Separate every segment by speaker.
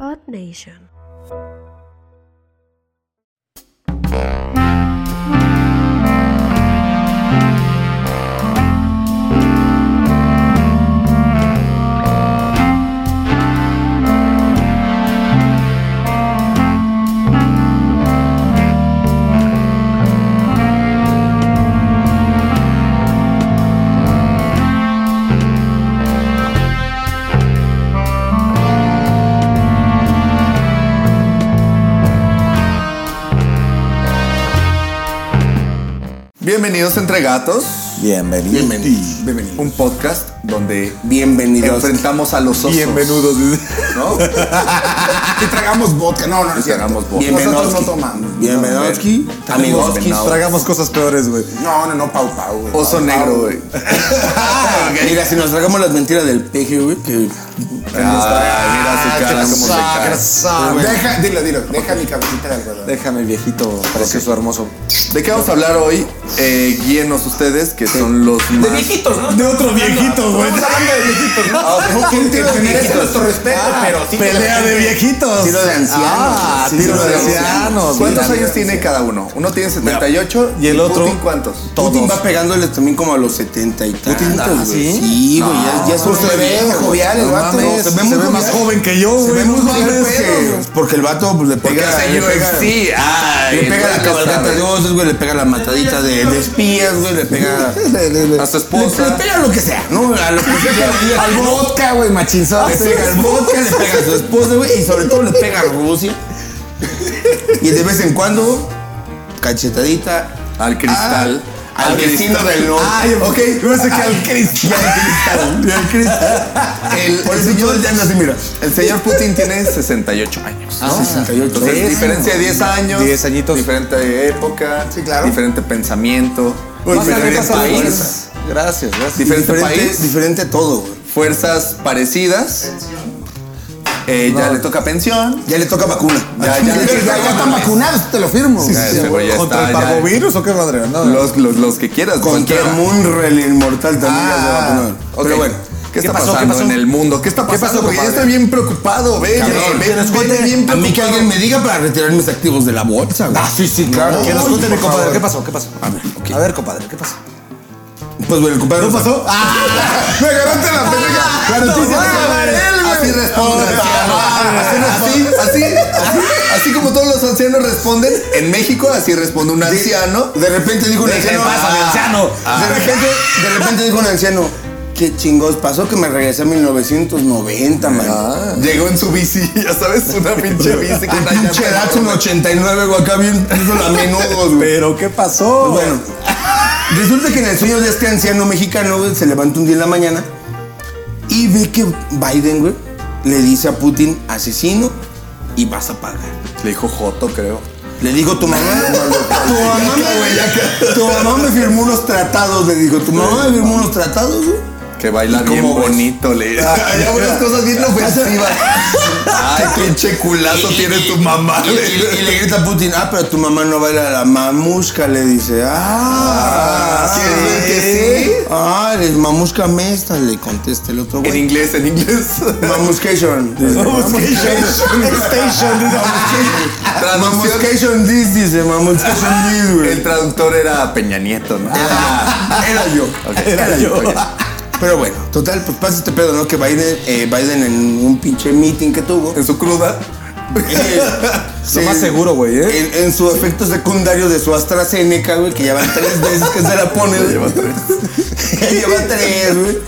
Speaker 1: Earth Nation.
Speaker 2: Bienvenidos entre gatos.
Speaker 3: Bienvenidos.
Speaker 2: Bienvenidos. Un podcast donde
Speaker 3: Bienvenidos.
Speaker 2: enfrentamos a los osos.
Speaker 3: Bienvenidos.
Speaker 2: ¿No?
Speaker 4: Y tragamos vodka. No, no, no.
Speaker 2: Y tragamos vodka.
Speaker 4: Nosotros no
Speaker 3: Bienvenoski.
Speaker 4: tomamos.
Speaker 3: Bienvenoski.
Speaker 2: Amigos,
Speaker 3: Amigos,
Speaker 2: venados.
Speaker 3: tragamos cosas peores, güey.
Speaker 4: No, no, no, Pau Pau, güey.
Speaker 2: Oso
Speaker 4: Pau,
Speaker 2: negro,
Speaker 4: Pau.
Speaker 2: güey.
Speaker 3: Mira, si nos tragamos las mentiras del peje, güey, que...
Speaker 2: Ah, mira su cara como se
Speaker 3: Saca,
Speaker 2: cae.
Speaker 3: saca, güey.
Speaker 4: Deja, dilo, dilo. Deja mi cabecita de algodón.
Speaker 3: Déjame, viejito, precioso, hermoso.
Speaker 2: ¿De qué vamos a hablar hoy? Eh, guíenos ustedes, que son los más...
Speaker 4: viejitos, ¿no? De otro
Speaker 3: viejito, güey.
Speaker 4: Estamos hablando de viejitos, ¿no?
Speaker 2: Ah,
Speaker 4: Que te merece nuestro respeto, pero sí.
Speaker 3: Pelea de viejitos.
Speaker 4: Tiro de ancianos.
Speaker 3: Ah,
Speaker 4: Sí,
Speaker 3: tiro
Speaker 4: tiro
Speaker 3: de
Speaker 4: de
Speaker 3: ancianos.
Speaker 2: ¿Cuántos
Speaker 3: mira,
Speaker 2: años
Speaker 3: mira.
Speaker 2: tiene cada uno? Uno tiene 78
Speaker 3: Y el otro-
Speaker 2: Putin, ¿Cuántos?
Speaker 3: Todos.
Speaker 2: Putin
Speaker 3: va
Speaker 2: va-
Speaker 3: pegándoles también como a los 70 y
Speaker 2: tantos,
Speaker 3: tantos,
Speaker 2: güey.
Speaker 3: Sí, güey, ya, ya es un
Speaker 4: pues se ve
Speaker 3: viejo,
Speaker 4: jovial el
Speaker 3: no
Speaker 4: vato,
Speaker 3: mames,
Speaker 4: ¿no?
Speaker 3: Se ve, muy
Speaker 4: jovial.
Speaker 3: más joven que yo, güey.
Speaker 4: Se ve muy
Speaker 3: no
Speaker 4: joven,
Speaker 3: mames,
Speaker 4: pedo,
Speaker 3: que-
Speaker 4: güey.
Speaker 3: Porque el vato pues, le pega...
Speaker 2: Pegas
Speaker 3: le
Speaker 2: en
Speaker 3: pega-
Speaker 2: UFC. Ay,
Speaker 3: Le pega la
Speaker 2: ya
Speaker 3: cabalgata
Speaker 2: sabes.
Speaker 3: de osos, güey, le pega la matadita de, de espías, güey, le pega
Speaker 4: Le- le- le-
Speaker 3: a su esposa.
Speaker 4: le- le pega
Speaker 3: lo que sea. No, a lo que sea.
Speaker 4: Al vodka, güey, machinzado.
Speaker 3: Le pega al vodka, le pega a su esposa, güey, y sobre todo le pega a Rusia. Y de vez en cuando, cachetadita
Speaker 2: Al cristal.
Speaker 3: Ah, al, Ah, al vecino
Speaker 2: cristal.
Speaker 3: del norte.
Speaker 2: Ay, ok.
Speaker 3: No sé qué al cristal.
Speaker 2: Ah,
Speaker 3: al cristal. al cristal.
Speaker 2: El-
Speaker 3: Por
Speaker 2: el
Speaker 3: eso
Speaker 2: señor-
Speaker 3: yo ya no se mira.
Speaker 2: El señor Putin tiene 68 años.
Speaker 3: Ah, 68.
Speaker 2: Entonces,
Speaker 3: Tres
Speaker 2: diferencia de 10 años.
Speaker 3: 10 añitos.
Speaker 2: Diferente época.
Speaker 4: Sí, claro.
Speaker 2: Diferente pensamiento.
Speaker 3: Uy,
Speaker 2: diferente
Speaker 3: diferente
Speaker 2: país.
Speaker 3: país. Pues Gracias, gracias.
Speaker 2: Diferente país.
Speaker 3: Diferente a todo, güey.
Speaker 2: Fuerzas parecidas. Eh, Ya le toca pensión.
Speaker 3: Ya le toca vacuna.
Speaker 2: Ya, ya,
Speaker 4: Ya, ya están vacunados, te lo firmo.
Speaker 2: Ya, ese güey ya
Speaker 3: ¿Contra
Speaker 2: está,
Speaker 3: el
Speaker 2: ya.
Speaker 3: parvovirus o qué madre? No.
Speaker 2: Los, los, los que quieras.
Speaker 3: Contra
Speaker 2: cualquiera.
Speaker 3: Munro, el inmortal también ya se va a
Speaker 2: Ah,
Speaker 3: vacunar.
Speaker 2: ok.
Speaker 3: Pero bueno.
Speaker 2: ¿Qué está pasando en el mundo? ¿Qué está
Speaker 3: ¿Qué pasó,
Speaker 2: pasando? Porque ya
Speaker 3: compadre?
Speaker 2: está bien preocupado, ve.
Speaker 3: Cabrón,
Speaker 2: ve,
Speaker 3: que nos
Speaker 2: ve
Speaker 3: cuente
Speaker 2: bien
Speaker 3: a mí que
Speaker 2: preocupado.
Speaker 3: alguien me diga para retirar mis activos de la bolsa, güey.
Speaker 4: Ah, sí, sí, claro.
Speaker 3: Que nos
Speaker 4: Uy,
Speaker 3: cuente mi
Speaker 4: por
Speaker 3: compadre.
Speaker 4: favor.
Speaker 3: ¿Qué pasó? ¿Qué pasó? A ver,
Speaker 2: ok.
Speaker 3: a ver compadre, ¿qué pasó? Pues bueno, el compadre. ¿No pasó?
Speaker 4: Me agarraste la pendeja. La noticia
Speaker 3: madre,
Speaker 4: de Gabriel, güey.
Speaker 2: Así responden.
Speaker 4: Puta madre.
Speaker 2: Así, así, así, así como todos los ancianos responden, en México así responde un anciano.
Speaker 3: De repente dijo un
Speaker 2: ¿Qué
Speaker 3: anciano. ah,
Speaker 2: pasa, mi anciano?
Speaker 3: De repente, de repente dijo un anciano. Qué chingos pasó que me regresé a 1990, man.
Speaker 2: Llegó en su bici, ya sabes, una pinche bici con una
Speaker 3: Pinche
Speaker 2: llanta.
Speaker 3: Datsun 89, güey, acá bien puso la menudos, güey.
Speaker 4: Pero, ¿qué pasó?
Speaker 3: Pues bueno, resulta que en el sueño de este anciano mexicano, güey, se levanta un día en la mañana y ve que Biden, güey, le dice a Putin, asesino, y vas a pagar.
Speaker 2: Le dijo Joto, creo.
Speaker 3: Le digo, tu mamá, tu mamá, me, tu mamá me firmó unos tratados, le digo, tu mamá me firmó unos tratados, güey.
Speaker 2: Que baila
Speaker 3: ¿Y cómo
Speaker 2: bien
Speaker 3: ves?
Speaker 2: bonito, le.
Speaker 3: Ah,
Speaker 2: Ya unas cosas bien ofensivas. Ay, pinche culazo tiene tu mamá.
Speaker 3: Y, y- y le grita a Putin, ah, pero tu mamá no baila la mamusca, le dice, ah,
Speaker 2: Ah, sí, que sí.
Speaker 3: Ah, eres mamusca mesta, le contesta el otro
Speaker 2: En
Speaker 3: güey.
Speaker 2: inglés, en inglés.
Speaker 3: Mamuscation.
Speaker 4: Station, dice.
Speaker 2: Traducción.
Speaker 3: Mamuscation this, dice, mamuscation this,
Speaker 2: El
Speaker 3: güey.
Speaker 2: traductor era Peña Nieto, ¿no? Ah,
Speaker 3: Era yo.
Speaker 2: Ok.
Speaker 3: Era yo. Pero bueno, total, pues pasa este pedo, ¿no? Que Biden, eh, Biden en un pinche meeting que tuvo.
Speaker 2: En su cruda.
Speaker 3: eh, se-
Speaker 4: más seguro, güey, ¿eh?
Speaker 3: En, en su efecto secundario de su AstraZeneca, güey, que ya van tres veces que se la pone. güey.
Speaker 2: Lleva tres.
Speaker 3: Ya lleva tres, güey.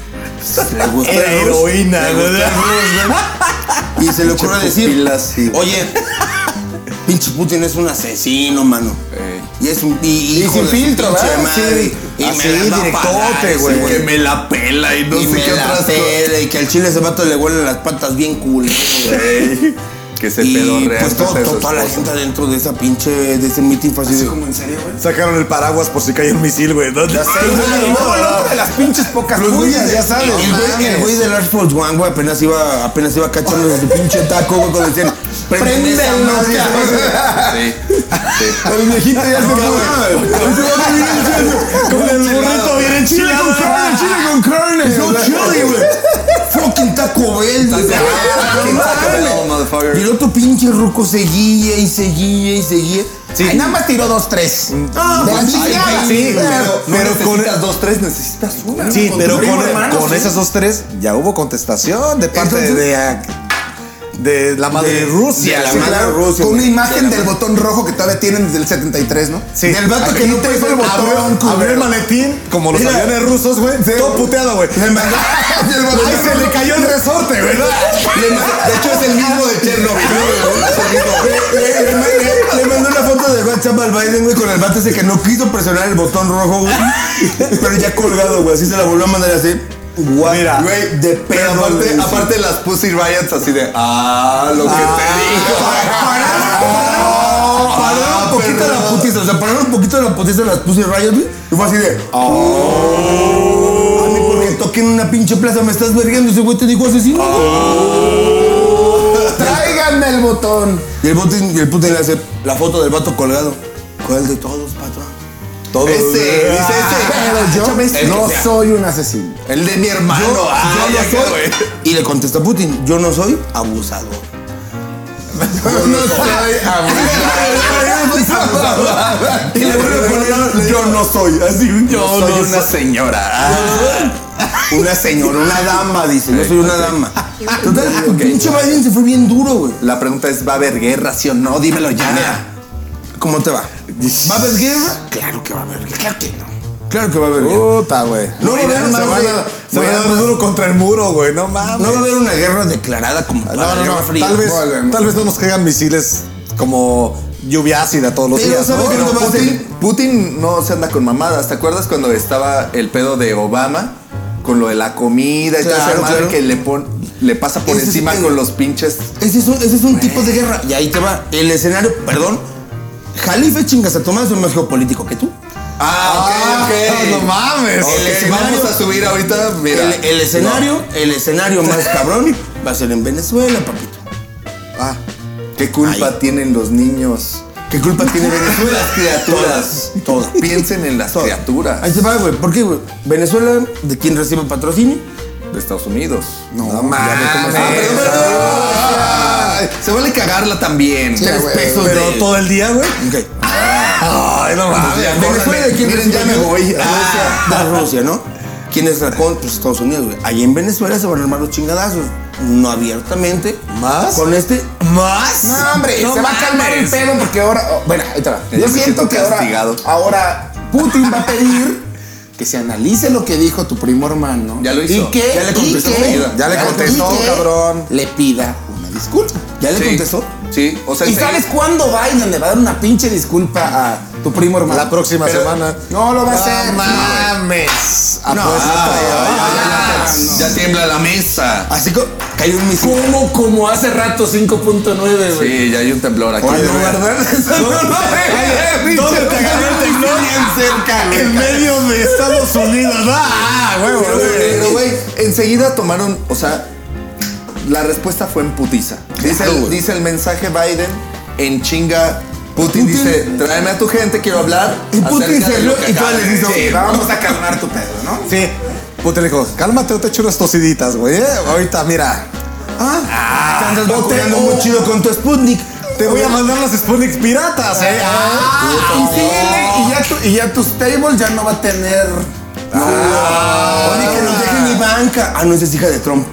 Speaker 3: Le gusta
Speaker 4: Era
Speaker 3: el Rus,
Speaker 4: heroína,
Speaker 3: le
Speaker 4: güey.
Speaker 3: gusta el Rus, güey. Y se le ocurre decir,
Speaker 2: Pupilas, sí.
Speaker 3: oye, pinche Putin es un asesino, mano.
Speaker 2: Ey.
Speaker 3: Y es un y, hijo
Speaker 4: sin
Speaker 3: de su
Speaker 4: filtro,
Speaker 3: pinche
Speaker 4: ¿verdad?
Speaker 3: madre.
Speaker 4: Sí.
Speaker 3: Y
Speaker 4: Así,
Speaker 3: me la va a
Speaker 4: directote,
Speaker 3: pagar,
Speaker 4: güey.
Speaker 3: ese
Speaker 2: Que me la pela y no
Speaker 3: Y
Speaker 2: sé
Speaker 3: me
Speaker 2: qué
Speaker 3: la
Speaker 2: otras
Speaker 3: pela, y que al chile ese vato le huelen las patas bien culero, güey.
Speaker 2: cosas. Ey, Que se
Speaker 3: Y
Speaker 2: pedorrea.
Speaker 3: pues todo, todo- toda la gente adentro de esa pinche, de ese meeting fue así de-
Speaker 4: ¿En serio, güey?
Speaker 5: Sacaron el paraguas por si cae un misil, güey. ¿no?
Speaker 4: Y luego el otro de las pinches pocas
Speaker 3: Los güeyes
Speaker 4: pulgas,
Speaker 3: de-
Speaker 4: ya sabes.
Speaker 3: El güey, el güey del Air Force One, güey, apenas iba, apenas iba cachando su pinche taco, güey, cuando decían, prende esa
Speaker 4: Préndelo,
Speaker 3: madre".
Speaker 2: Sí, sí.
Speaker 4: El viejito ya se
Speaker 3: No,
Speaker 4: fue.
Speaker 3: güey.
Speaker 5: Con el burrito bien
Speaker 4: Chile con
Speaker 5: enchilado.
Speaker 4: carne, chile con carne.
Speaker 3: No chile, güey. Fucking Taco Bell, güey.
Speaker 2: Taco Bell,
Speaker 3: No
Speaker 2: Taco Bell,
Speaker 3: mames. Y el
Speaker 2: motherfucker.
Speaker 3: otro pinche ruco seguía y seguía y seguía.
Speaker 2: Sí.
Speaker 3: Ay, nada más tiró dos, tres.
Speaker 5: Ah,
Speaker 3: De la
Speaker 5: pues sí,
Speaker 3: chingada.
Speaker 5: güey, sí,
Speaker 2: Pero, no
Speaker 5: pero con-
Speaker 2: necesitas dos, tres, necesitas una.
Speaker 5: Sí,
Speaker 2: Con este tu
Speaker 5: pero
Speaker 2: primo,
Speaker 5: con,
Speaker 2: hermano,
Speaker 5: con
Speaker 2: sí.
Speaker 5: esas dos, tres ya hubo contestación de parte
Speaker 3: Entonces-
Speaker 5: de, ah, de la madre
Speaker 3: De-
Speaker 5: Rusia.
Speaker 3: de la
Speaker 5: sí,
Speaker 3: madre
Speaker 5: claro.
Speaker 3: Rusia.
Speaker 4: Con una
Speaker 3: güey.
Speaker 4: imagen del botón rojo que todavía tienen desde el 73, ¿no?
Speaker 5: Sí.
Speaker 4: Del vato que no puede
Speaker 5: Abrió-
Speaker 4: el botón.
Speaker 5: abrió, abrió el maletín, como los
Speaker 4: Mira.
Speaker 5: aviones rusos, güey. Todo puteado, güey.
Speaker 4: Le mandó- el botón
Speaker 5: Ahí se
Speaker 4: rojo.
Speaker 5: le cayó el resorte, güey.
Speaker 2: Le ma- De hecho, es el mismo de Chernobyl. güey, es el mismo.
Speaker 3: Le, le- le- le mandó una foto de WhatsApp al Biden, güey, con el vato ese que no quiso presionar el botón rojo, güey. Pero ya colgado, güey. Así se la volvió a mandar así.
Speaker 2: Ah,
Speaker 3: What,
Speaker 5: Mira,
Speaker 3: güey, de
Speaker 2: Pero
Speaker 3: pedo.
Speaker 2: aparte,
Speaker 3: güey.
Speaker 2: aparte las Pussy Riots así de, ah, lo que te digo. Ah,
Speaker 3: Pararon- Pararon un poquito
Speaker 2: perdón.
Speaker 3: la putiza, o sea, pararon un poquito la putiza las puse rayas, güey. Y fue así de. "Ah". "Oh". A mí porque toqué en una pinche plaza, me estás verguiendo, ese güey te dijo asesino. güey.
Speaker 4: Tráiganme el botón.
Speaker 3: Y el Putin, y el Putin le hace la foto del vato colgado. ¿Cuál de todos, patrón? Todos.
Speaker 2: Ese, dice ese.
Speaker 4: Pero yo
Speaker 2: ese.
Speaker 4: no
Speaker 2: El que
Speaker 5: este.
Speaker 2: sea.
Speaker 4: soy un asesino.
Speaker 2: El de mi hermano.
Speaker 3: Yo-
Speaker 2: ah,
Speaker 3: yo
Speaker 2: ya
Speaker 3: no
Speaker 2: sé,
Speaker 3: soy-
Speaker 2: güey.
Speaker 3: Y le contesta Putin, yo no soy abusador.
Speaker 4: Yo no soy
Speaker 3: y le vuelve a poner, yo no soy. Así,
Speaker 2: Yo soy una señora. ah.
Speaker 3: Una señora, una dama, dice. Yo soy una dama. Total,
Speaker 2: Ok.
Speaker 3: pinche Biden se fue bien duro, güey.
Speaker 2: La pregunta es, ¿va a haber guerra, sí o no? Dímelo ya.
Speaker 3: ¿Cómo te va? ¿Va a haber guerra? Claro que va a haber guerra. Claro que no. Claro que va a haber guerra.
Speaker 5: Puta, güey.
Speaker 3: No va a haber
Speaker 5: se
Speaker 3: una
Speaker 5: van a-
Speaker 3: guerra.
Speaker 5: se van a dar duro contra el muro, güey. No mames.
Speaker 3: No va a haber una guerra declarada como para
Speaker 5: No, no,
Speaker 3: la Guerra
Speaker 5: no.
Speaker 3: Fría.
Speaker 5: Tal vez,
Speaker 3: Vale.
Speaker 5: tal vez no nos caigan misiles como lluvia ácida todos los
Speaker 3: Pero
Speaker 5: días.
Speaker 3: ¿sabes
Speaker 5: ¿no?
Speaker 3: qué
Speaker 5: Pero
Speaker 3: no va a
Speaker 5: Putin-
Speaker 3: hacer?
Speaker 2: Putin, Putin no se anda con mamadas. ¿Te acuerdas cuando estaba el pedo de Obama? Con lo de la comida y toda esa
Speaker 3: Claro,
Speaker 2: madre
Speaker 3: claro.
Speaker 2: que le, pon- le pasa por
Speaker 3: Ese es
Speaker 2: encima
Speaker 3: el-
Speaker 2: con los pinches.
Speaker 3: Ese es un, ese es un tipo de guerra. Y ahí te va. El escenario, perdón. Jalife chingas a Tomás es más geopolítico que tú.
Speaker 2: Ah,
Speaker 5: no mames.
Speaker 2: Ok,
Speaker 3: El escenario-
Speaker 2: vamos a subir ahorita, mira.
Speaker 3: El, el escenario, el escenario más cabrón va a ser en Venezuela, papito.
Speaker 2: Ah, ¿Qué culpa
Speaker 3: Ahí.
Speaker 2: tienen los niños?
Speaker 3: ¿Qué culpa tiene Venezuela?
Speaker 2: Las criaturas.
Speaker 3: Todas.
Speaker 2: Piensen en las
Speaker 3: Todas. Ahí
Speaker 2: criaturas
Speaker 3: se va, güey. ¿Por qué, güey? Venezuela, ¿de quién recibe patrocinio?
Speaker 2: de Estados Unidos.
Speaker 3: No,
Speaker 2: Ah, perdón, perdón, perdón. Ay, Se vale cagarla también.
Speaker 3: Tres
Speaker 4: güey,
Speaker 3: pesos
Speaker 5: Pero
Speaker 3: de...
Speaker 5: todo el día, güey.
Speaker 3: Ok.
Speaker 5: Ay, no mames.
Speaker 2: Córrele.
Speaker 3: Venezuela, ¿quién
Speaker 2: Miren, ya me voy. Ah.
Speaker 3: Rusia, de Rusia, ¿no? ¿Quién es la con? Pues Estados Unidos, güey. Ahí en Venezuela se van a armar los chingadazos. No abiertamente.
Speaker 5: ¿Más?
Speaker 3: Con este.
Speaker 5: ¿Más?
Speaker 4: No, hombre, se va a calmar el pedo porque ahora. oh, bueno, ahí te va.
Speaker 2: Ya
Speaker 4: Yo
Speaker 2: me siento
Speaker 4: siento que ahora,
Speaker 2: castigado.
Speaker 4: ahora Putin va a pedir que se analice lo que dijo tu primo hermano.
Speaker 2: Ya lo hizo.
Speaker 4: Y que.
Speaker 2: Ya le contestó
Speaker 4: y que-
Speaker 2: enseguida.
Speaker 5: Ya le contestó,
Speaker 4: y que
Speaker 5: cabrón.
Speaker 4: Le pida una disculpa.
Speaker 3: ¿Ya le
Speaker 2: Sí.
Speaker 3: contestó?
Speaker 2: Sí, o sea,
Speaker 4: ¿Y
Speaker 2: ese-
Speaker 4: sabes cuándo Biden le va a dar una pinche disculpa a tu primo hermano?
Speaker 5: La próxima
Speaker 2: Pero-
Speaker 5: semana.
Speaker 4: No lo va a hacer.
Speaker 5: No mames. Apuesta.
Speaker 2: Ah, ya,
Speaker 4: Ah,
Speaker 2: ya, ya, ya tiembla la mesa.
Speaker 3: Así que cayó un misil.
Speaker 1: Como, como hace rato 5.9, güey.
Speaker 2: Sí, ya hay un temblor aquí.
Speaker 3: Oye, ¿verdad?
Speaker 5: ¿Dónde te ganó el teclado? En medio de Estados Unidos. Ah, güey,
Speaker 2: Pero,
Speaker 5: güey.
Speaker 2: pero, güey, enseguida tomaron, o sea, la respuesta fue en putiza. Dice, el-
Speaker 3: güey.
Speaker 2: dice el mensaje Biden en chinga. Putin,
Speaker 3: Putin-
Speaker 2: dice, tráeme a tu gente, quiero hablar.
Speaker 3: Y Putin
Speaker 2: acerca de
Speaker 3: salió
Speaker 2: lo que
Speaker 3: y todo
Speaker 2: acaba
Speaker 3: le
Speaker 2: de
Speaker 3: hizo,
Speaker 2: decir".
Speaker 4: Vamos a calmar tu pedo, ¿no?
Speaker 5: Sí. Putin le dijo, cálmate o te echo unas tosiditas, güey. ¿eh? Ahorita, mira.
Speaker 3: Ah, te andas
Speaker 5: no te-
Speaker 3: vacunando
Speaker 5: oh.
Speaker 3: muy chido con tu Sputnik.
Speaker 5: Te voy a mandar las Sputniks piratas, eh. Ah,
Speaker 4: Y síguele, y ya, tu- y ya tus tables ya no va a tener.
Speaker 3: Oye, que nos deje mi banca. Ah, no, esa es hija de Trump.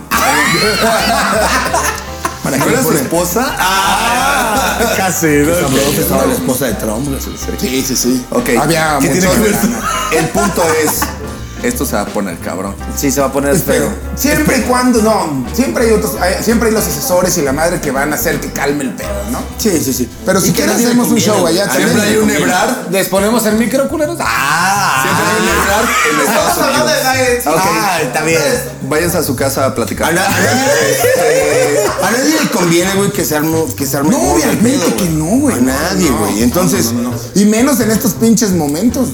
Speaker 3: ¿Para
Speaker 2: ¿No
Speaker 3: qué le
Speaker 2: era su
Speaker 3: ponen?
Speaker 2: esposa? Ah,
Speaker 5: Casi, ¿no?
Speaker 3: Sabroso estaba la esposa de Trump. güey.
Speaker 4: Sí, sí, sí.
Speaker 2: Ok.
Speaker 4: Había
Speaker 5: ¿Qué tiene
Speaker 4: mucho
Speaker 5: que ver?
Speaker 4: verano.
Speaker 2: El punto es, esto se va a poner cabrón.
Speaker 5: Sí, se va a poner
Speaker 4: Pero siempre y cuando, no, siempre hay otros, hay- siempre hay los asesores y la madre que van a hacer que calme el pedo, ¿no?
Speaker 3: Sí, sí, sí.
Speaker 4: Pero si
Speaker 3: Y que
Speaker 4: quieres
Speaker 3: nadie le
Speaker 4: hacemos un
Speaker 3: conviene,
Speaker 4: show
Speaker 3: güey.
Speaker 4: allá
Speaker 3: A
Speaker 4: también.
Speaker 2: Siempre hay un
Speaker 4: Conviene.
Speaker 2: Ebrard.
Speaker 1: ¿Les ponemos en micro, culeros?
Speaker 2: Siempre hay un Ebrard en Estados Unidos.
Speaker 4: Biden.
Speaker 2: Ok.
Speaker 5: Ah, está bien.
Speaker 2: Váyanse a su casa a platicar.
Speaker 3: A, na- a nadie, a nadie le conviene, güey, que se arme. Que se arme
Speaker 4: No,
Speaker 3: gordo el
Speaker 4: obviamente
Speaker 3: pedo,
Speaker 4: que no, güey.
Speaker 3: A nadie,
Speaker 4: No,
Speaker 3: güey. Entonces,
Speaker 4: Y menos en estos pinches momentos.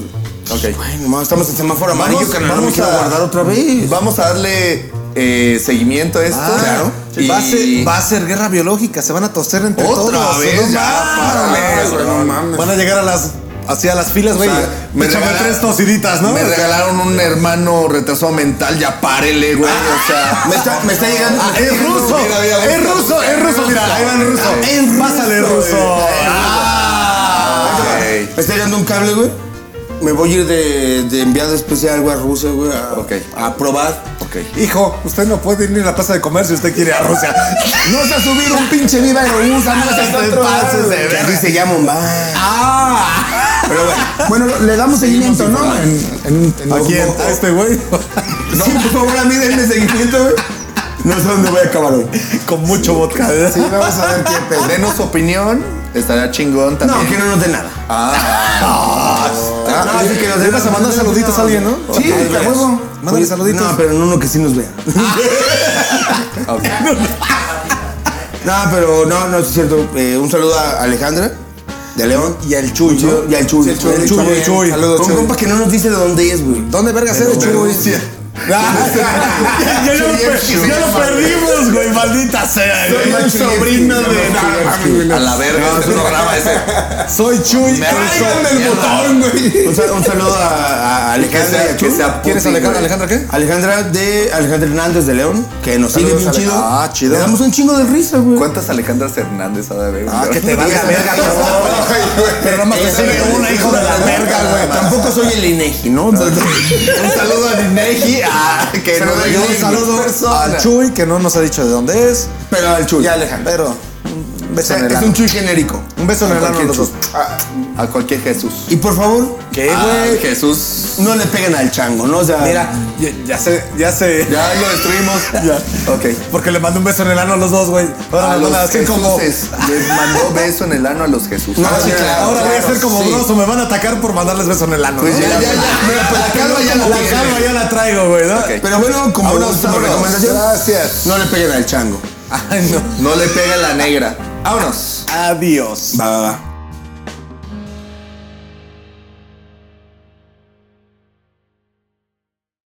Speaker 4: güey.
Speaker 3: bueno, ma, estamos en semáforo amarillo,
Speaker 2: Vamos,
Speaker 3: carnal,
Speaker 2: vamos
Speaker 3: me quiero
Speaker 2: a-
Speaker 3: guardar otra vez.
Speaker 2: Vamos a darle eh, seguimiento a esto.
Speaker 5: Ah, claro.
Speaker 2: Y-
Speaker 5: Va, a ser, va a ser guerra biológica, se van a toser entre
Speaker 2: Otra
Speaker 5: todos.
Speaker 2: vez,
Speaker 5: no
Speaker 2: ya,
Speaker 5: mames,
Speaker 2: párale,
Speaker 5: Ah, güey,
Speaker 2: no
Speaker 5: no
Speaker 2: mames.
Speaker 5: Van a llegar a las, hacia las filas, güey.
Speaker 2: sea, me
Speaker 5: Échame
Speaker 2: regala-
Speaker 5: tres tosiditas, ¿no?
Speaker 2: Me regalaron un hermano retrasado mental, ya párele, güey. O sea,
Speaker 3: Me está, me está llegando.
Speaker 5: Ah, es ruso,
Speaker 2: Mira, mira,
Speaker 5: es
Speaker 2: mira.
Speaker 5: ruso, es ruso, mira, ahí van ruso.
Speaker 3: En
Speaker 5: Pásale, ruso.
Speaker 2: Ey.
Speaker 3: Me está llegando un cable, güey. Me voy a ir de, de enviado especial, güey, a Rusia, güey, a,
Speaker 2: Ok.
Speaker 3: a probar.
Speaker 2: Ok.
Speaker 5: Hijo, usted no puede ir ni a la plaza de comercio si usted quiere ir a Rusia.
Speaker 4: No se ha subido un este, pinche viva Aerobús, amigos, hasta
Speaker 5: Te
Speaker 4: otro lado,
Speaker 5: pases de
Speaker 4: güey.
Speaker 3: Que así se llama Mumbai. Pero bueno.
Speaker 4: Bueno, le damos seguimiento, ¿no? En, en- en-
Speaker 5: ¿A quién? ¿A este güey?
Speaker 3: Sí, por favor, a mí denme seguimiento, güey. No sé dónde voy a acabar hoy.
Speaker 5: Con mucho vodka. ¿verdad?
Speaker 4: Sí, vamos a ver qué pedo.
Speaker 2: Denos su opinión. Estaría chingón también.
Speaker 3: No, que no nos dé nada.
Speaker 2: Ah,
Speaker 3: no, así que nos
Speaker 5: Le ibas a mandar saluditos a alguien, ¿no?
Speaker 4: Sí, de huevo.
Speaker 5: Mándale saluditos.
Speaker 3: No, pero en uno que sí nos vea.
Speaker 2: ok.
Speaker 3: No, pero no, no es cierto. Eh, un saludo a Alejandra de León.
Speaker 5: Y al Chuy,
Speaker 3: Un saludo-
Speaker 5: ¿no?
Speaker 3: Y al Chuy.
Speaker 5: Sí, el Chuy, el Chuy, el Chuy.
Speaker 3: Saludos,
Speaker 5: Saludos,
Speaker 3: Un
Speaker 5: Chuy.
Speaker 3: compa que no nos dice de dónde es, güey.
Speaker 5: ¿Dónde verga se
Speaker 3: Pero-
Speaker 5: Chuy?
Speaker 3: Sí.
Speaker 5: Ah, ya, lo per- ya lo perdimos, güey, maldita sea. güey.
Speaker 4: Soy
Speaker 5: Soy sobrino
Speaker 4: Chuyevsky, no,
Speaker 5: de. Nah,
Speaker 4: Chuyevsky.
Speaker 5: mames,
Speaker 2: A la verga, no es un programa ese.
Speaker 5: Soy Chuy.
Speaker 2: Me
Speaker 5: el
Speaker 2: arruinó
Speaker 5: so-
Speaker 2: el mierda.
Speaker 5: güey.
Speaker 3: Un, sal- un saludo a, a
Speaker 2: Que
Speaker 3: Alejandra. y
Speaker 2: sea, que
Speaker 3: a Chuy.
Speaker 2: sea
Speaker 5: ¿Quieres
Speaker 2: Putin,
Speaker 5: Alejandra?
Speaker 2: güey.
Speaker 5: ¿Alejandra qué?
Speaker 3: Alejandra de Alejandra Hernández de León, que nos sigue
Speaker 2: Saludos,
Speaker 3: bien
Speaker 2: Ale-
Speaker 3: chido.
Speaker 2: Ah, chido.
Speaker 3: Le damos un chingo de risa, güey.
Speaker 2: ¿Cuántas Alejandras Hernández ha de haber?
Speaker 3: Ah, que te valga verga, por favor.
Speaker 5: Pero nada más te sigue una, hijo de la verga, güey.
Speaker 3: Tampoco soy el Inegi, ¿no?
Speaker 2: Un saludo a Ninegi. Ah, que
Speaker 5: Pero
Speaker 2: no
Speaker 5: le
Speaker 2: digo
Speaker 5: un saludo
Speaker 2: persona.
Speaker 5: al Chuy, que no nos ha dicho de dónde es.
Speaker 3: Pero al Chuy.
Speaker 5: Y a Alejandro. Pero un beso en el
Speaker 3: Es
Speaker 5: ano.
Speaker 3: un Chuy genérico.
Speaker 5: Un beso en el ano a los dos.
Speaker 2: A cualquier Jesús.
Speaker 3: Y por favor,
Speaker 5: ¿Qué,
Speaker 2: Ah,
Speaker 5: Eh, güey?
Speaker 2: Jesús.
Speaker 3: no le peguen al chango, ¿no? O sea,
Speaker 5: Mira, ya- ya se, ya se.
Speaker 2: Ya lo destruimos.
Speaker 5: Ya.
Speaker 2: Ok.
Speaker 5: Porque le mandé un beso en el ano a los dos, güey. Ahora
Speaker 2: A
Speaker 5: me van
Speaker 2: los
Speaker 5: a hacer como.
Speaker 2: Jesuses. Les mandó beso en el ano a los Jesús. Ah,
Speaker 3: No, sí, claro,
Speaker 5: Ahora voy a
Speaker 3: claro,
Speaker 5: ser como
Speaker 3: sí.
Speaker 5: broso, me van a atacar por mandarles beso en el ano.
Speaker 2: Pues
Speaker 5: ¿no?
Speaker 2: ya, ya, ya. Mira, pues la calma ya la
Speaker 5: La
Speaker 2: tiene.
Speaker 5: calma ya la traigo, güey, ¿no?
Speaker 2: Ok.
Speaker 3: Pero bueno, como
Speaker 5: Ahora,
Speaker 3: última
Speaker 5: vámonos.
Speaker 3: recomendación,
Speaker 4: Gracias.
Speaker 3: no le peguen al chango.
Speaker 5: Ay, no.
Speaker 2: No le pega la negra. Vámonos.
Speaker 5: Adiós.
Speaker 3: Va, va, va.